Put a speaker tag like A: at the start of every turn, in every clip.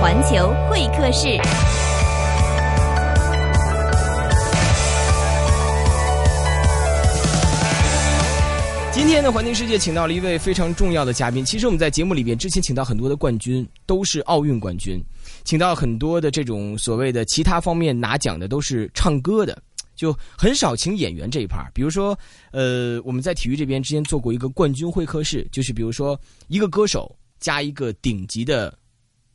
A: 环球会客室。
B: 今天的环球世界请到了一位非常重要的嘉宾。其实我们在节目里边之前请到很多的冠军，都是奥运冠军，请到很多的这种所谓的其他方面拿奖的都是唱歌的，就很少请演员这一趴儿。比如说，呃，我们在体育这边之前做过一个冠军会客室，就是比如说一个歌手加一个顶级的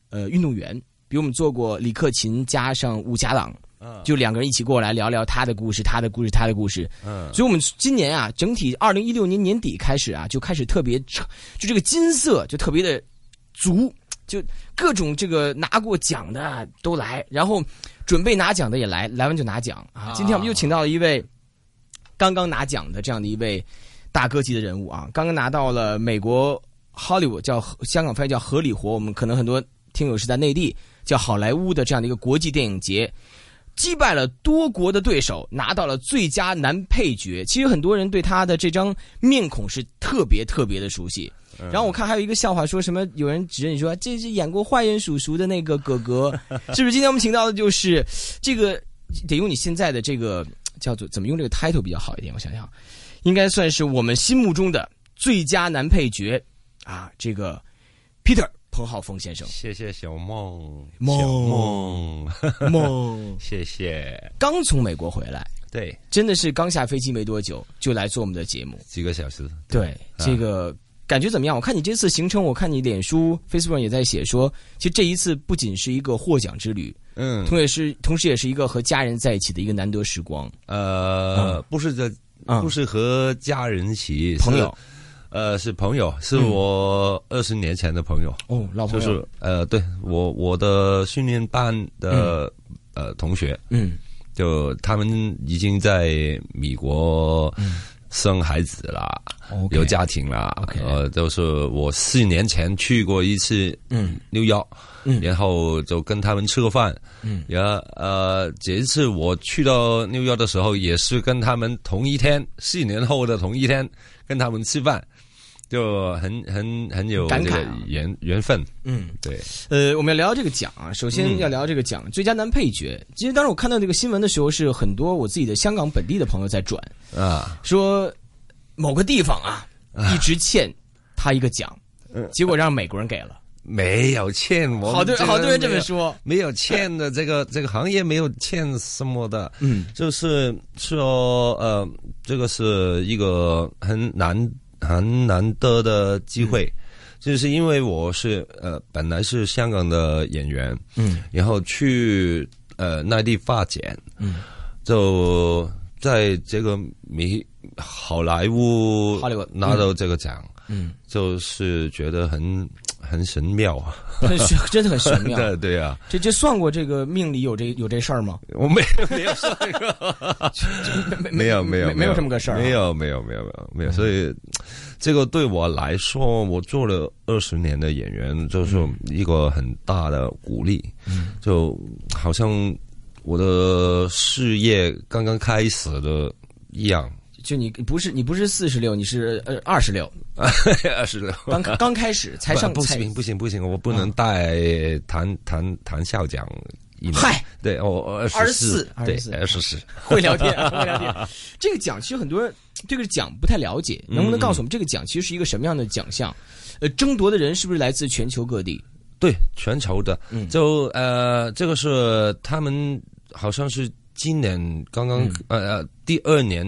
B: 呃运动员，比如我们做过李克勤加上武家朗，
C: 嗯
B: 就两个人一起过来聊聊他的故事，他的故事，他的故事。
C: 嗯，
B: 所以我们今年啊，整体二零一六年年底开始啊，就开始特别成，就这个金色就特别的足，就各种这个拿过奖的啊都来，然后准备拿奖的也来，来完就拿奖啊。今天我们又请到了一位刚刚拿奖的这样的一位大哥级的人物啊，刚刚拿到了美国 Hollywood 叫香港翻译叫合理活，我们可能很多听友是在内地叫好莱坞的这样的一个国际电影节。击败了多国的对手，拿到了最佳男配角。其实很多人对他的这张面孔是特别特别的熟悉。然后我看还有一个笑话，说什么有人指认你说这是演过坏人叔叔的那个哥哥，是不是？今天我们请到的就是这个，得用你现在的这个叫做怎么用这个 title 比较好一点？我想想，应该算是我们心目中的最佳男配角啊，这个 Peter 彭浩峰先生。
C: 谢谢小梦，
B: 梦
C: 小梦，
B: 梦
C: 谢谢。
B: 刚从美国回来。
C: 对，
B: 真的是刚下飞机没多久就来做我们的节目。
C: 几个小时，
B: 对，这个感觉怎么样？我看你这次行程，我看你脸书、Facebook 上也在写说，其实这一次不仅是一个获奖之旅，
C: 嗯，
B: 同也是同时也是一个和家人在一起的一个难得时光。
C: 呃，不是在，
B: 嗯
C: 不是和家人一起，
B: 朋友
C: 是，呃，是朋友，是我二十年前的朋友，
B: 哦，老
C: 就
B: 朋友，
C: 是呃，对我我的训练班的呃同学，
B: 嗯
C: 就他们已经在美国生孩子了，
B: 嗯，OK，
C: 有家庭啦
B: OK
C: 呃，就是我四年前去过一次
B: 嗯
C: 六幺，
B: 嗯
C: 然后就跟他们吃个饭，
B: 嗯，
C: 然后呃，这一次我去到六幺的时候，也是跟他们同一天，四年后的同一天跟他们吃饭，就很很很有
B: 感
C: 这
B: 慨
C: 个
B: 啊
C: 缘缘分，
B: 嗯。
C: 对，
B: 呃，我们要聊这个奖啊，首先要聊这个
C: 嗯
B: 奖，最佳男配角。其实当时我看到这个新闻的时候，是很多我自己的香港本地的朋友在转，
C: 啊，
B: 说某个地方啊
C: 哎
B: 一直欠他一个奖，结果让美国人给了。
C: 没有欠嗯我，
B: 好多好多人这么。说，
C: 没有欠的这个这个行业没有欠什么的，
B: 嗯
C: 就是说呃，这个是一个很难很难得的机会，
B: 嗯
C: 就是因为我是呃本来是香港的演员，
B: 嗯
C: 然后去呃内地发展，
B: 嗯，
C: 就在这个美好莱坞
B: 好莱坞嗯
C: 拿到这个奖，
B: 嗯，
C: 就是觉得很很神妙啊，
B: 很玄，真的很玄妙。
C: 对对啊，
B: 这这算过这个命里有这有这事儿吗？
C: 我没没有算 过。没有没有
B: 没有这么个事儿啊，
C: 没有没有没有没有没有，所以这个对我来说，我做了二十年的演员，就是
B: 嗯
C: 一个很大的鼓励，就好像我的事业刚刚开始的一样，
B: 就你不是你不是四十六，你是呃二十 六，
C: 二十六。
B: 刚刚开始才上啊
C: 不
B: 才
C: 行不行不行，我不能带谭谭谭校长一年。
B: 嗨，
C: 对我二
B: 24
C: 四，对
B: 24
C: 二十四，
B: 会聊天会聊 天。这个奖其实很多人对这个奖不太了解，能不能
C: 嗯
B: 告诉我们这个奖其实是一个什么样的奖项？呃，争夺的人是不是来自全球各地？
C: 对全球的，
B: 嗯
C: 就呃，这个是他们好像是今年刚刚、呃呃第二年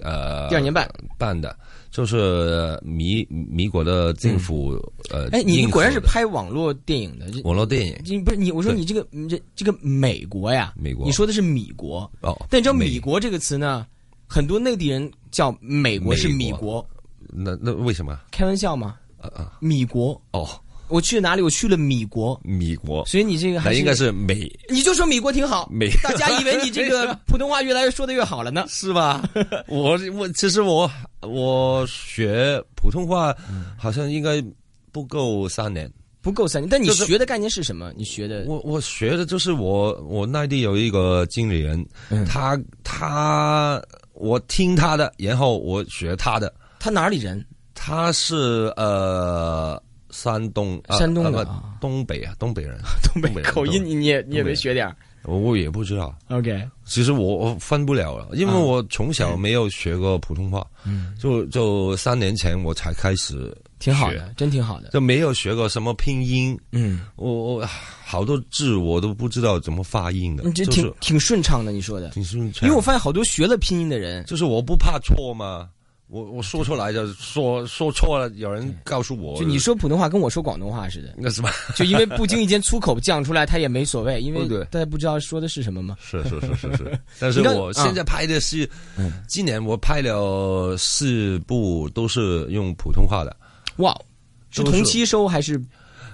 C: 呃
B: 嗯第二年半，
C: 办的，就是呃米米国的政府、呃，
B: 哎，你
C: 应
B: 你
C: 付
B: 果然是
C: 的
B: 拍网络电影的，这
C: 网络电影
B: 你不是你，我说
C: 对
B: 你这个你这这个美国呀，
C: 美国
B: 你说的是米国，
C: 哦，
B: 但你知道“
C: 美
B: 米国”这个词呢，很多内地人叫美国是米
C: 美
B: 国，
C: 那那为什么？
B: 开玩笑吗？
C: 呃呃
B: 米国，
C: 哦，
B: 我去哪里？我去了米国，
C: 米国，
B: 所以你这个还
C: 那应该
B: 是
C: 是美
B: 你就说米国挺 好，
C: 美
B: 大家以为你这个普通话越来越说的越好了呢。
C: 是吧？我我其实我我学普通话
B: 嗯
C: 好像应该不够三年。
B: 不够三年，但你
C: 就是
B: 学的概念是什么？你学的
C: 我我学的就是我我内地有一个经理人，
B: 嗯
C: 他他我听他 的，然后我学他的。
B: 他哪里人？
C: 他是呃山东，啊
B: 山东的
C: 啊不
B: 啊
C: 东北啊，东北人，
B: 东
C: 东北
B: 北
C: 人
B: 口
C: 东
B: 音
C: 北
B: 你你也你也
C: 东北
B: 没
C: 人
B: 学点儿
C: 我我也不知道。
B: ？OK，
C: 其实我我分不了了，因为
B: 啊
C: 我从小没有学过普通话，
B: 嗯，
C: 就就三年前我才开始，
B: 挺好的，真挺好的。
C: 就没有学过什么拼音，
B: 嗯，
C: 我我好多字我都不知道怎么发音的，
B: 你这嗯
C: 就
B: 挺
C: 是
B: 挺顺畅的，你说的。
C: 挺顺畅
B: 因为我发现好多学了拼音的人，
C: 就是我不怕错嘛，我我说出来就说说错了，有人告诉我，
B: 就你说普通话跟我说广东话似的，
C: 那什么？
B: 就因为不经意间粗口讲出来，他也没所谓，因为
C: 对哦对
B: 大家不知道说的是什么嘛。
C: 是是是是 是，但是
B: 你看
C: 我
B: 啊
C: 现在拍的戏，今年我拍了四部都是用普通话的，
B: 哇，是
C: 都是
B: 同期收还是？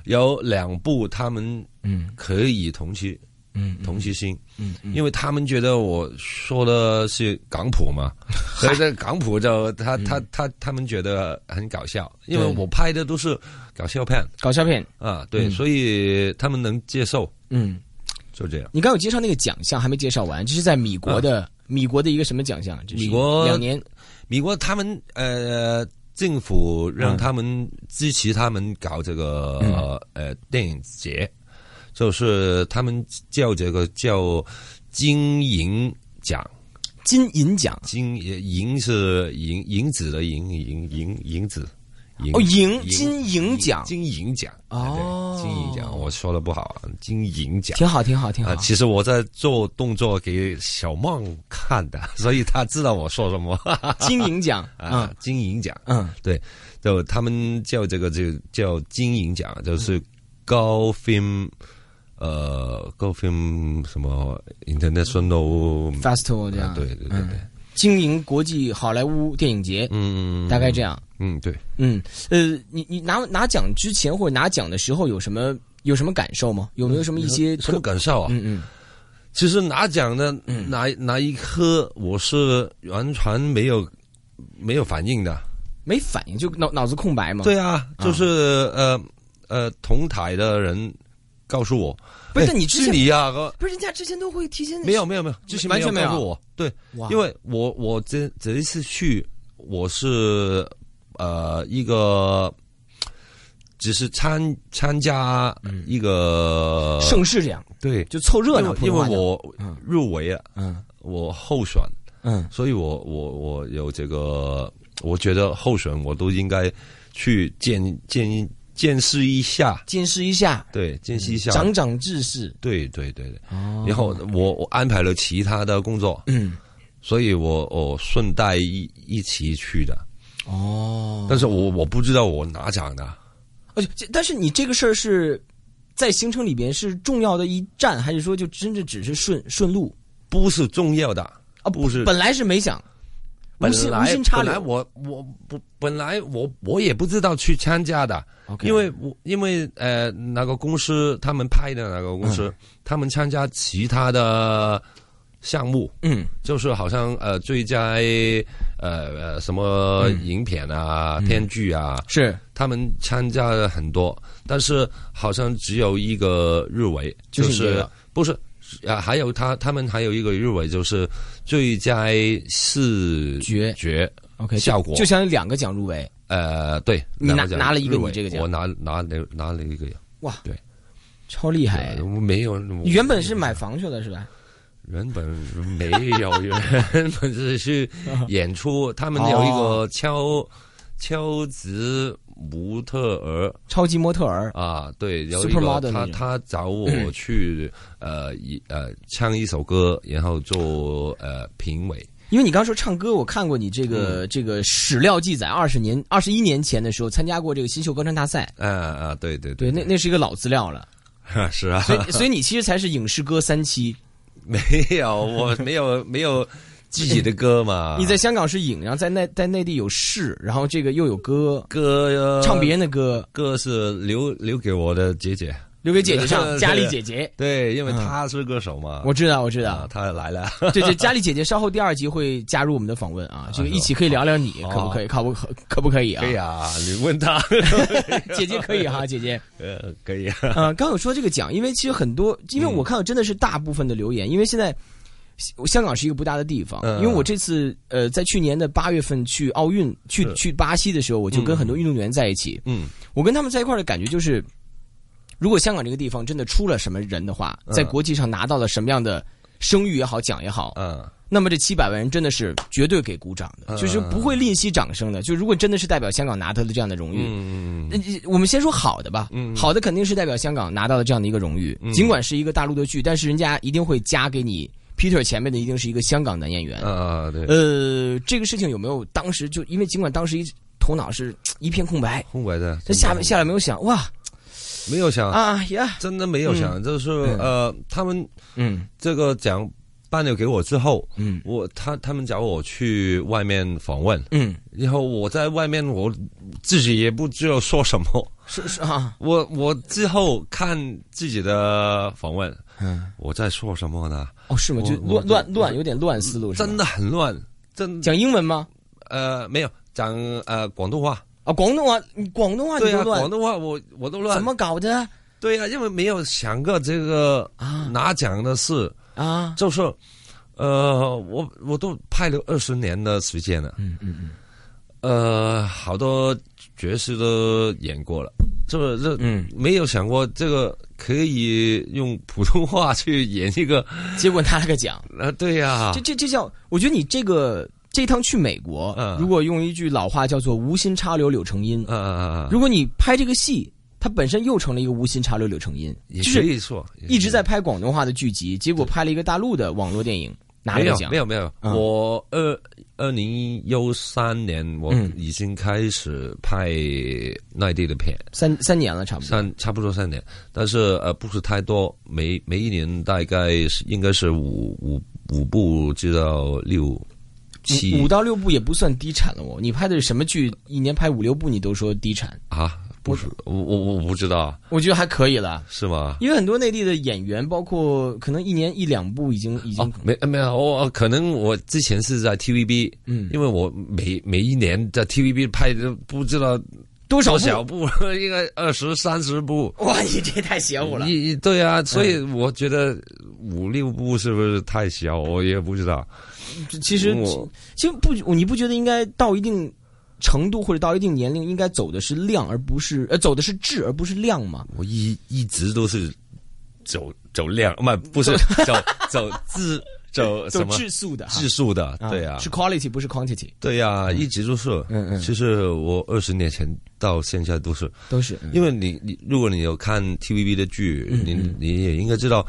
C: 有两部他们
B: 嗯
C: 可以同期
B: 嗯
C: 同期新，
B: 嗯嗯，
C: 因为他们觉得我说的是港普 嘛，所以这港普就他他他他们觉得很搞笑，因为
B: 对
C: 我拍的都是搞笑片
B: 搞笑片。
C: 啊，对，
B: 嗯
C: 所以他们能接受，
B: 嗯，
C: 就这样。
B: 你刚有介绍那个奖项还没介绍完，这是在米国的、米国的一个什么奖项？这是
C: 啊米国
B: 两年
C: 美国他们呃。政府让他们支持他们搞这个、
B: 嗯
C: 呃电影节，就是他们叫这个叫金银奖，
B: 金银奖
C: 金银是银银子的银银银银子，银
B: 哦银金银奖
C: 金银奖哎
B: 哦
C: 对金银奖，我说的不好啊，金银奖
B: 挺好，挺好，挺好。
C: 啊。其实我在做动作给小梦看的，所以他知道我说什么
B: 金银奖
C: 啊
B: 啊，。
C: 金银奖，
B: 嗯，
C: 就他们叫这个就叫金银奖，
B: 嗯
C: 就是高 film。呃，高 film 什么 international
B: festival 这样，
C: 啊对对对对
B: 嗯，经营国际好莱坞电影节，
C: 嗯，
B: 大概这样。
C: 嗯对。
B: 嗯，呃，你你拿拿奖之前或者拿奖的时候有什么有什么感受吗？有没有什么一些
C: 什么
B: 特？
C: 感受啊？
B: 嗯嗯，
C: 其实拿奖的哪哪一刻，我是完全没有没有反应的。
B: 没反应就脑脑子空白嘛。，
C: 对啊，就是呃呃，同台的人告诉我，
B: 不是
C: 哎
B: 但你之
C: 是
B: 前
C: 你呀？呃
B: 不是人家之前都会提前
C: 没有没有没有，之前
B: 完全没有
C: 告诉我。对，
B: 哇，
C: 因为我我这这一次去，我是呃一个。只是参参加一个、
B: 盛世这样
C: 对，
B: 就凑热闹，
C: 因为因
B: 普通话
C: 为
B: 讲
C: 我
B: 嗯
C: 入围了，
B: 嗯
C: 我候选，
B: 嗯
C: 所以我我我有这个，我觉得候选我都应该去见见见识一下，
B: 见识一下，
C: 对，见识一下，
B: 长长知识。
C: 对对对对。
B: 哦
C: 然后我我安排了其他的工作，
B: 嗯
C: 所以我我顺带一一起去的，
B: 哦，
C: 但是我我不知道我拿奖的，
B: 而哦且，这但是你这个事儿是在行程里边是重要的一站，还是说就真的只是顺顺路
C: 不是重要的
B: 啊？
C: 不是
B: 本来是没想，
C: 本
B: 无心无
C: 来
B: 心插
C: 本来
B: 柳。
C: 我我不本来我我也不知道去参加的
B: OK
C: 因为我因为呃那个公司他们拍的那个公
B: 嗯
C: 司，他们参加其他的项目，
B: 嗯
C: 就是好像呃最佳呃呃什么
B: 嗯
C: 影片啊、编剧啊，
B: 是
C: 他们参加了很多，但是好像只有一个入围，
B: 就
C: 就是
B: 你这
C: 是
B: 个
C: 不是。啊，还有他，他们还有一个入围就是最佳视
B: 觉
C: 觉
B: OK 就
C: 效果
B: 就相当于两个奖入围，
C: 呃，对，
B: 你拿
C: 两奖
B: 拿了一个
C: 入围
B: 你这个奖
C: 我拿拿了拿了一个奖，
B: 超厉害
C: 对。啊我没有，我
B: 哎你原本是买房去了是吧？
C: 原本没有， 原本是去演出，他们有一
B: 哦
C: 个敲敲子模特儿
B: 超级模特儿
C: 啊，对，有一个
B: Supermodel 那
C: 他
B: 种嗯
C: 他找我去呃一呃唱一首歌，然后做呃评委，
B: 因为你刚说唱歌，我看过你这
C: 嗯
B: 个、这个史料记载，二十年、二十一年前的时候参加过这个新秀歌唱大赛，
C: 啊啊，对对
B: 对，那那是一个老资料了，
C: 那 是啊，
B: 所以所以你其实才是影视歌三期，
C: 没有，我没有没有自己的歌嘛，
B: 你在香港是影，然后在内在内地有市，然后这个又有歌，
C: 歌呃
B: 唱别人的歌，
C: 歌是留留给我的姐姐，
B: 留给姐姐唱。
C: 对
B: 佳丽姐姐，
C: 对，因为她是歌手嘛。
B: 嗯我知道，我知
C: 啊
B: 道，，
C: 她来了，
B: 对对，佳丽姐姐稍后第二集会加入我们的访问啊，这个一起可以聊聊你
C: 好
B: 可不可以，可不可可不可以啊
C: 可？以啊，你问她，
B: 姐姐可以哈，姐嗯姐。
C: 呃，可以啊，嗯
B: 呃，刚有说这个奖，因为其实很多，因为我看到真的是大部分的留言，因为现在。香港是一个不大的地方，
C: 嗯
B: 因为我这次呃在去年的八月份去奥运去
C: 是
B: 去巴西的时候，我就跟
C: 嗯
B: 很多运动员在一起，
C: 嗯
B: 我跟他们在一块儿的感觉就是，如果香港这个地方真的出了什么人的话，
C: 嗯
B: 在国际上拿到了什么样的声誉也好奖也好，
C: 嗯
B: 那么这七百万人真的是绝对给鼓掌的，
C: 嗯
B: 就是不会吝惜掌声的。就如果真的是代表香港拿到了这样的荣誉，
C: 嗯
B: 呃我们先说好的吧，
C: 嗯
B: 好的肯定是代表香港拿到了这样的一个荣誉，
C: 嗯
B: 尽管是一个大陆的剧，但是人家一定会加给你 Peter 前面的一定是一个香港男演员。
C: 啊，对，
B: 呃，这个事情有没有当时就因为尽管当时一头脑是一片空白，
C: 空白的，
B: 这下面下来没有想哇
C: 没有想，
B: 啊呀，
C: 真的没有想，就是呃，他们
B: 嗯
C: 这个奖颁了给我之后，
B: 嗯
C: 我他他们找我去外面访问，
B: 嗯，
C: 然后我在外面我自己也不知道说什么，
B: 是是啊，
C: 我我之后看自己的访问，
B: 嗯，
C: 我在说什么呢？
B: 哦是吗？
C: 我
B: 就
C: 我
B: 乱乱乱，有点乱思路是吧
C: 真的很乱，真
B: 讲英文吗？
C: 呃没有讲呃广东话，
B: 啊，广东话，你广东话你
C: 对
B: 都
C: 啊，
B: 乱
C: 广，东话我我都乱
B: 怎，么搞的
C: 对啊，因为没有想过这个
B: 啊
C: 拿奖的事，
B: 啊？
C: 就是呃我我都拍了二十年的时间了。
B: 嗯嗯嗯
C: 呃，好多爵士都演过了，这个这
B: 嗯，
C: 没有想过这个可以用普通话去演一个
B: 嗯结果拿了个奖。
C: 啊，对呀、
B: 这这这叫，我觉得你这个这趟去美国，
C: 嗯
B: 如果用一句老话叫做“无心插柳柳成荫”，
C: 啊啊啊，
B: 如果你拍这个戏，它本身又成了一个无心插柳柳成荫，
C: 也
B: 就
C: 可
B: 是
C: 以说
B: 一直在拍广东话的剧集，结果拍了一个大陆的网络电影，拿
C: 没
B: 了个
C: 有
B: 奖
C: 没。有没有，
B: 嗯
C: 我二二零幺三年我
B: 嗯
C: 已经开始拍内地的片，
B: 三三年了，差不多。
C: 三差不多三年，但是呃不是太多，每每一年大概是应该是五五五部至到六七
B: 五五到六部也不算低产了哦。你拍的是什么剧？一年拍五六部，你都说低产，
C: 啊，不是，我我我不知道，
B: 我觉得还可以了。
C: 是吗？
B: 因为很多内地的演员，包括可能一年一两部，已经已经、
C: 哦，没没有，我可能我之前是在 TVB，
B: 嗯
C: 因为我每每一年在 TVB 拍的不知道
B: 多少
C: 多
B: 部
C: 少部， 应该二十三十部。
B: 哇，你这太邪乎了。嗯
C: 一对啊，所以我觉得五六部是不是太小？我也不知道。
B: 其实
C: 我
B: 其实不，你不觉得应该到一定程度或者到一定年龄，应该走的是量而不是呃走的是质而不是量吗？
C: 我一一直都是走走量，不不是走走字
B: 走
C: 走呃什么
B: 质素的哈
C: 质数的，对啊，
B: 是 quality 不是 quantity，
C: 对呀、一直都是。
B: 嗯嗯
C: 其实我二十年前到现在都是，
B: 都是嗯
C: 因为你你如果你有看 TVB 的剧，你
B: 嗯
C: 你也应该知道，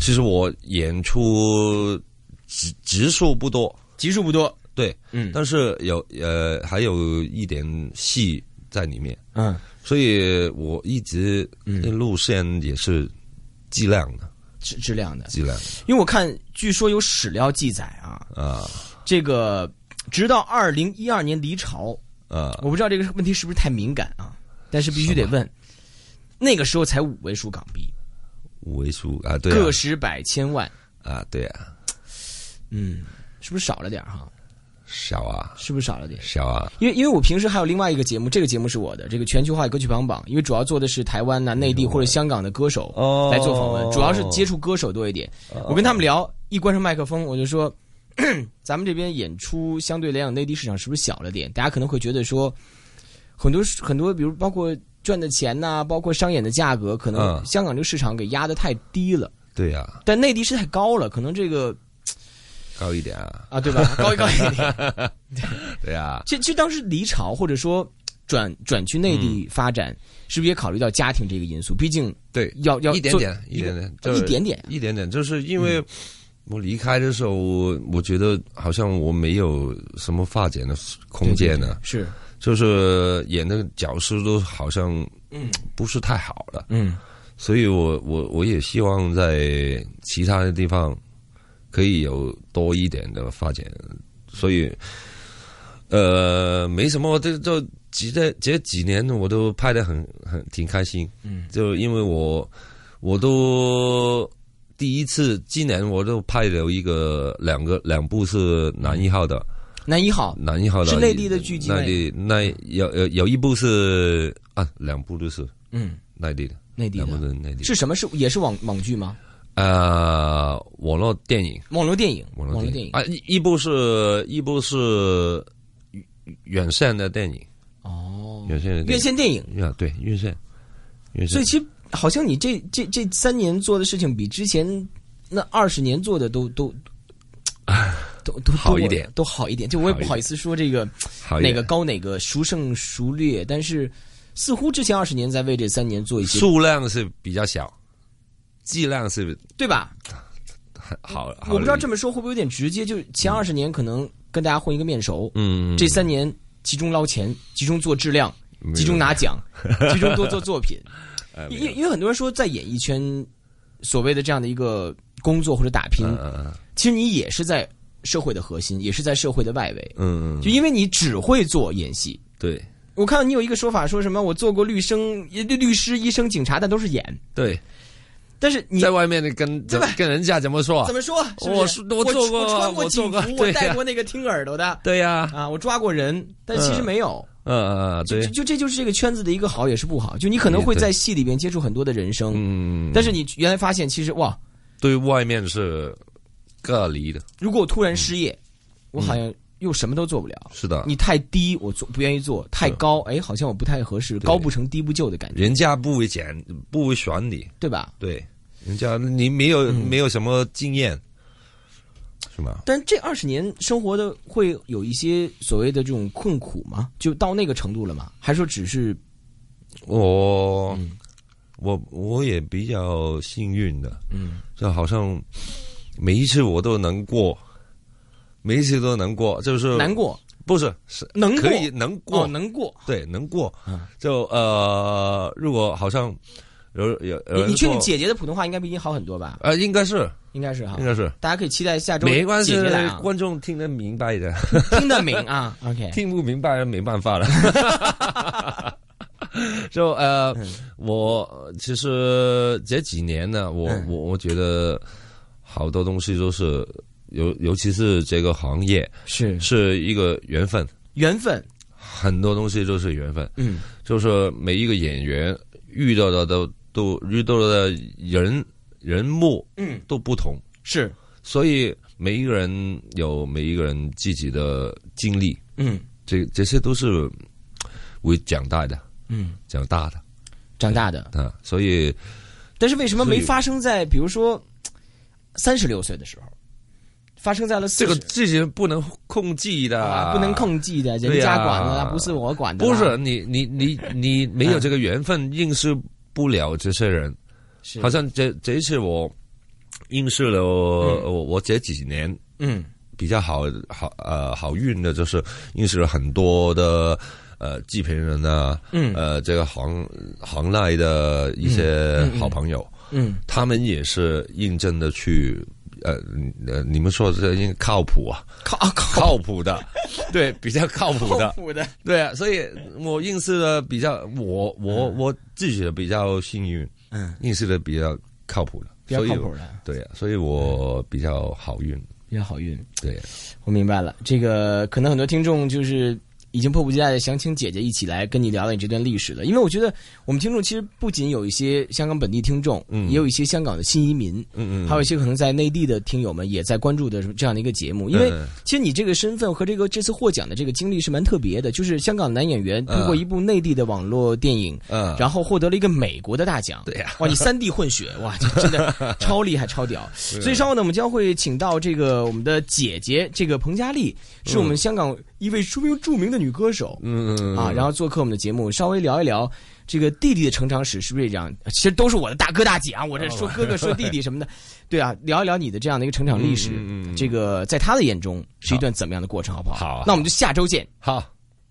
C: 其实我演出集集数不多，
B: 集数不多，
C: 对，
B: 嗯
C: 但是有呃还有一点戏在里面，
B: 嗯，
C: 所以我一直那路线也是剂量的，
B: 质质量的。
C: 剂量
B: 因为我看据说有史料记载啊，
C: 啊
B: 这个直到二零一二年离巢，
C: 啊
B: 我不知道这个问题是不是太敏感啊，但是必须得问，那个时候才五位数港币，
C: 五位数啊，对
B: 个
C: 啊
B: 十百千万，
C: 啊对啊，
B: 嗯，是不是少了点儿哈？
C: 小啊
B: 是不是少了点？
C: 小啊，
B: 因为因为我平时还有另外一个节目，这个节目是我的这个全球化歌曲排行榜，因为主要做的是台湾呐、内地或者香港的歌手
C: 哦
B: 来做访问，主要是接触歌手多一点。我跟他们聊，一关上麦克风，我就说， 咱们这边演出相对来讲内地市场是不是小了点？大家可能会觉得说，很多很多，比如包括赚的钱呐、包括商演的价格，可能
C: 嗯
B: 香港这个市场给压得太低了，
C: 对啊，
B: 但内地是太高了，可能这个
C: 高一点啊，
B: 啊，对吧？高一 高一点。
C: 对啊，
B: 其其实当时离巢或者说转转去内
C: 嗯
B: 地发展，是不是也考虑到家庭这个因素？毕竟
C: 对，
B: 要要
C: 一点
B: 做
C: 点，一点嗯点，
B: 一点点，
C: 一点点，就是因为我离开的时候，我我觉得好像我没有什么发展的空间呢，
B: 是
C: 就是演的角色都好像
B: 嗯
C: 不是太好了，
B: 嗯
C: 所以我我我也希望在其他的地方可以有多一点的发展，所以呃，没什么，这这几这这几年我都拍的很很挺开心，
B: 嗯
C: 就因为我我都第一次，今年我都拍了一个两个两部是男一号的，
B: 男一号
C: 男一号的
B: 是内地的剧集吗
C: 内地那有有有一部是啊，两部都是
B: 嗯
C: 内地的，
B: 内地
C: 两部
B: 的
C: 都是内地的
B: 是什么？是也是网网剧吗？
C: 呃，网络电影，
B: 网络电影，
C: 网
B: 网络
C: 络电
B: 电
C: 影
B: 影
C: 啊，一一部是一部是远线的电影，
B: 哦，
C: 远线的电
B: 院
C: 影
B: 线电影。
C: 啊，对院线，院
B: 所
C: 线
B: 以。其实好像你这这这三年做的事情，比之前那二十年做的都都。都都
C: 好一
B: 多
C: 点，
B: 都好一点。就我也
C: 好一
B: 不好意思说这个
C: 好一
B: 哪
C: 点
B: 个高哪个孰胜孰劣，但是似乎之前二十年在为这三年做一些，
C: 数量是比较小，剂量是
B: 对吧？
C: 很好。好
B: 我不知道这
C: 么
B: 么说会不会有点直接，就是前二十年可能跟大家混一个面熟，
C: 嗯，
B: 这三年集中捞钱，集中做质量，
C: 没
B: 集中
C: 有
B: 拿 奖，集中多做作品。
C: 呃没
B: 因
C: 有
B: 因因为很多人说，在演艺圈所谓的这样的一个工作或者打拼，
C: 嗯嗯
B: 其实你也是在社会的核心，也是在社会的外围。
C: 嗯，嗯
B: 就因为你只会做演戏，
C: 对
B: 我看到你有一个说法，说什么我做过律生、律律师、医生、警察，但都是演。
C: 对，
B: 但是你
C: 在外面的跟
B: 对吧
C: 跟人家怎么说
B: 怎？么说？是不
C: 我
B: 是
C: 是
B: 我
C: 我做过
B: 我穿
C: 我做
B: 警
C: 过
B: 服，
C: 对
B: 我
C: 呀
B: 戴过那个听耳朵的
C: 对呀，
B: 啊，我抓过人，但其实
C: 嗯
B: 没有。
C: 嗯嗯
B: 就
C: 对
B: 就，就这就是这个圈子的一个好也是不好，就你可能会
C: 对
B: 在戏里边接触很多的人生，
C: 嗯，
B: 但是你原来发现其实哇，
C: 对外面是隔离的，
B: 如果我突然失
C: 嗯
B: 业，我好像又什么都做不了。
C: 是的，
B: 你太低，我做不愿意做；太高，哎，好像我不太合适，高不成低不就的感觉，
C: 人家不会讲，不会选你，
B: 对吧？
C: 对，人家你没有
B: 嗯
C: 没有什么经验，是吗？
B: 但这二十年生活的会有一些所谓的这种困苦吗？就到那个程度了吗？还说只是嗯
C: 我我我也比较幸运的，
B: 嗯
C: 就好像每一次我都能过，每一次都能过，就是
B: 难过，
C: 不是是
B: 能过
C: 可以能呃过，
B: 哦，能过。
C: 对能过
B: 嗯，
C: 就呃，如果好像有有有
B: 你
C: 人
B: 你确定
C: 说
B: 姐姐的普通话应该比你好很多吧？
C: 呃，应该是
B: 应该是哈
C: 应，该是。
B: 大家可以期待下周
C: 没关系
B: 姐姐 来，啊，
C: 观众听得明白的，
B: 听得明啊。OK，
C: 听不明白没办法了。 就呃，我其实这几年呢，我
B: 嗯
C: 我我觉得好多东西都是，尤尤其是这个行业
B: 是
C: 是一个缘分，
B: 缘分，
C: 很多东西都是缘分，
B: 嗯
C: 就是每一个演员遇到的都都遇到的人人物
B: 嗯，
C: 都不同，
B: 是
C: 所以每一个人有每一个人自己的经历，
B: 嗯
C: 这这些都是会长大的，
B: 嗯，
C: 长大的
B: 长大的。
C: 啊，所以
B: 但是为什么
C: 所以
B: 没发生在比如说三十六岁的时候，发生在了
C: 这
B: 四
C: 个
B: 十、
C: 这些不能控制的，
B: 啊，不能。控制的，人
C: 对呀
B: 家管的、不是我管的，啊
C: 不是你你你你没有这个缘分，认识不了这些人。
B: 是，
C: 好像这这一次我认识了我、我我这几年
B: 嗯
C: 比较好好呃好运的，就是认识了很多的呃制片人啊，
B: 嗯
C: 呃这个行行内的一些好朋友。
B: 嗯
C: 他们也是认真的去，呃呃，你们说的这应该靠谱 啊，
B: 靠啊靠
C: 靠 谱的，对，比较靠谱的，
B: 谱的，
C: 对啊，所以我认识的比较，我我我自己的比较幸运，
B: 嗯，
C: 认识的比较靠谱的，
B: 比较
C: 所以
B: 靠谱的，
C: 对啊，所以我比较好运，
B: 比较好运。
C: 对啊，
B: 我明白了，这个可能很多听众就是已经迫不及待的想请姐姐一起来跟你聊聊你这段历史了，因为我觉得我们听众其实不仅有一些香港本地听众，
C: 嗯
B: 也有一些香港的新移民，
C: 嗯嗯，
B: 还有一些可能在内地的听友们也在关注的这样的一个节目，因为
C: 嗯
B: 其实你这个身份和这个这次获奖的这个经历是蛮特别的，就是香港男演员通过
C: 嗯
B: 一部内地的网络电影，
C: 嗯，
B: 然后获得了一个美国的大奖。
C: 对呀
B: 哇，你三 D 混血，哇，这真 的超厉害、超屌。
C: 嗯啊
B: 所以稍后呢，我们将会请到这个我们的姐姐，这个彭佳丽，是我们香港一位著名著名的女歌手。
C: 嗯嗯
B: 啊，然后做客我们的节目，稍微聊一聊这个弟弟的成长史，是不是这样？其实都是我的大哥大姐啊，我这说哥哥说弟弟什么的，对啊，聊一聊你的这样的一个成长历史，
C: 哦嗯嗯嗯嗯
B: 这个在他的眼中是一段怎么样的过程，好不好？
C: 好啊
B: 那我们就下周见。
C: 好。